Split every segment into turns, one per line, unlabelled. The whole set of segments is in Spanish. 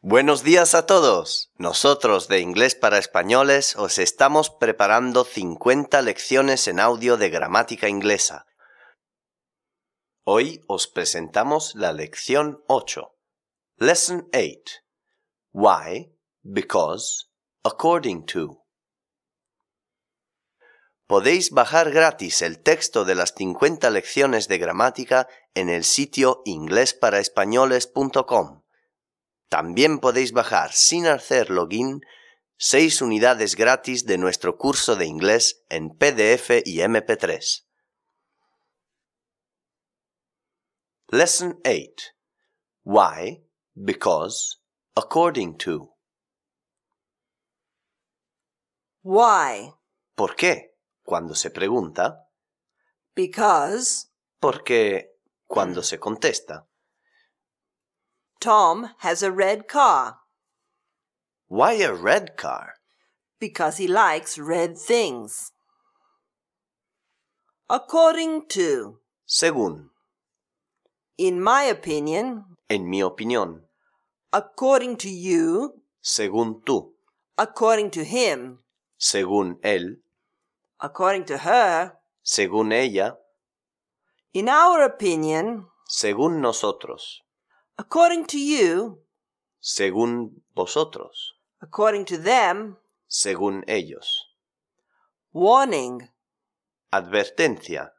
Buenos días a todos. Nosotros de Inglés para Españoles os estamos preparando 50 lecciones en audio de gramática inglesa. Hoy os presentamos la lección 8. Lesson 8. Why, because, according to. Podéis bajar gratis el texto de las 50 lecciones de gramática en el sitio inglesparaespañoles.com. También podéis bajar sin hacer login seis unidades gratis de nuestro curso de inglés en PDF y MP3. Lesson 8. Why, because, according to.
Why?
¿Por qué? Cuando se pregunta.
Because
Porque cuando se contesta.
Tom has a red car.
Why a red car?
Because he likes red things. According to,
Según,
in my opinion,
en mi opinión,
according to you,
según tú,
according to him,
según él,
according to her,
según ella,
in our opinion,
según nosotros,
according to you,
según vosotros,
according to them,
según ellos.
warning,
Advertencia.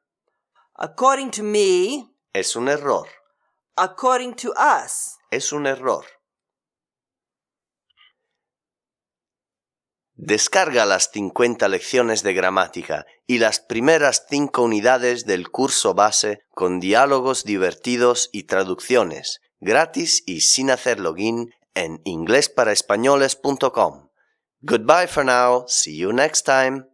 according to me,
Es un error.
according to us.
Es un error. Descarga las 50 lecciones de gramática y las primeras 5 unidades del curso base con diálogos divertidos y traducciones, gratis y sin hacer login en inglesparaespañoles.com. Goodbye for now. See you next time.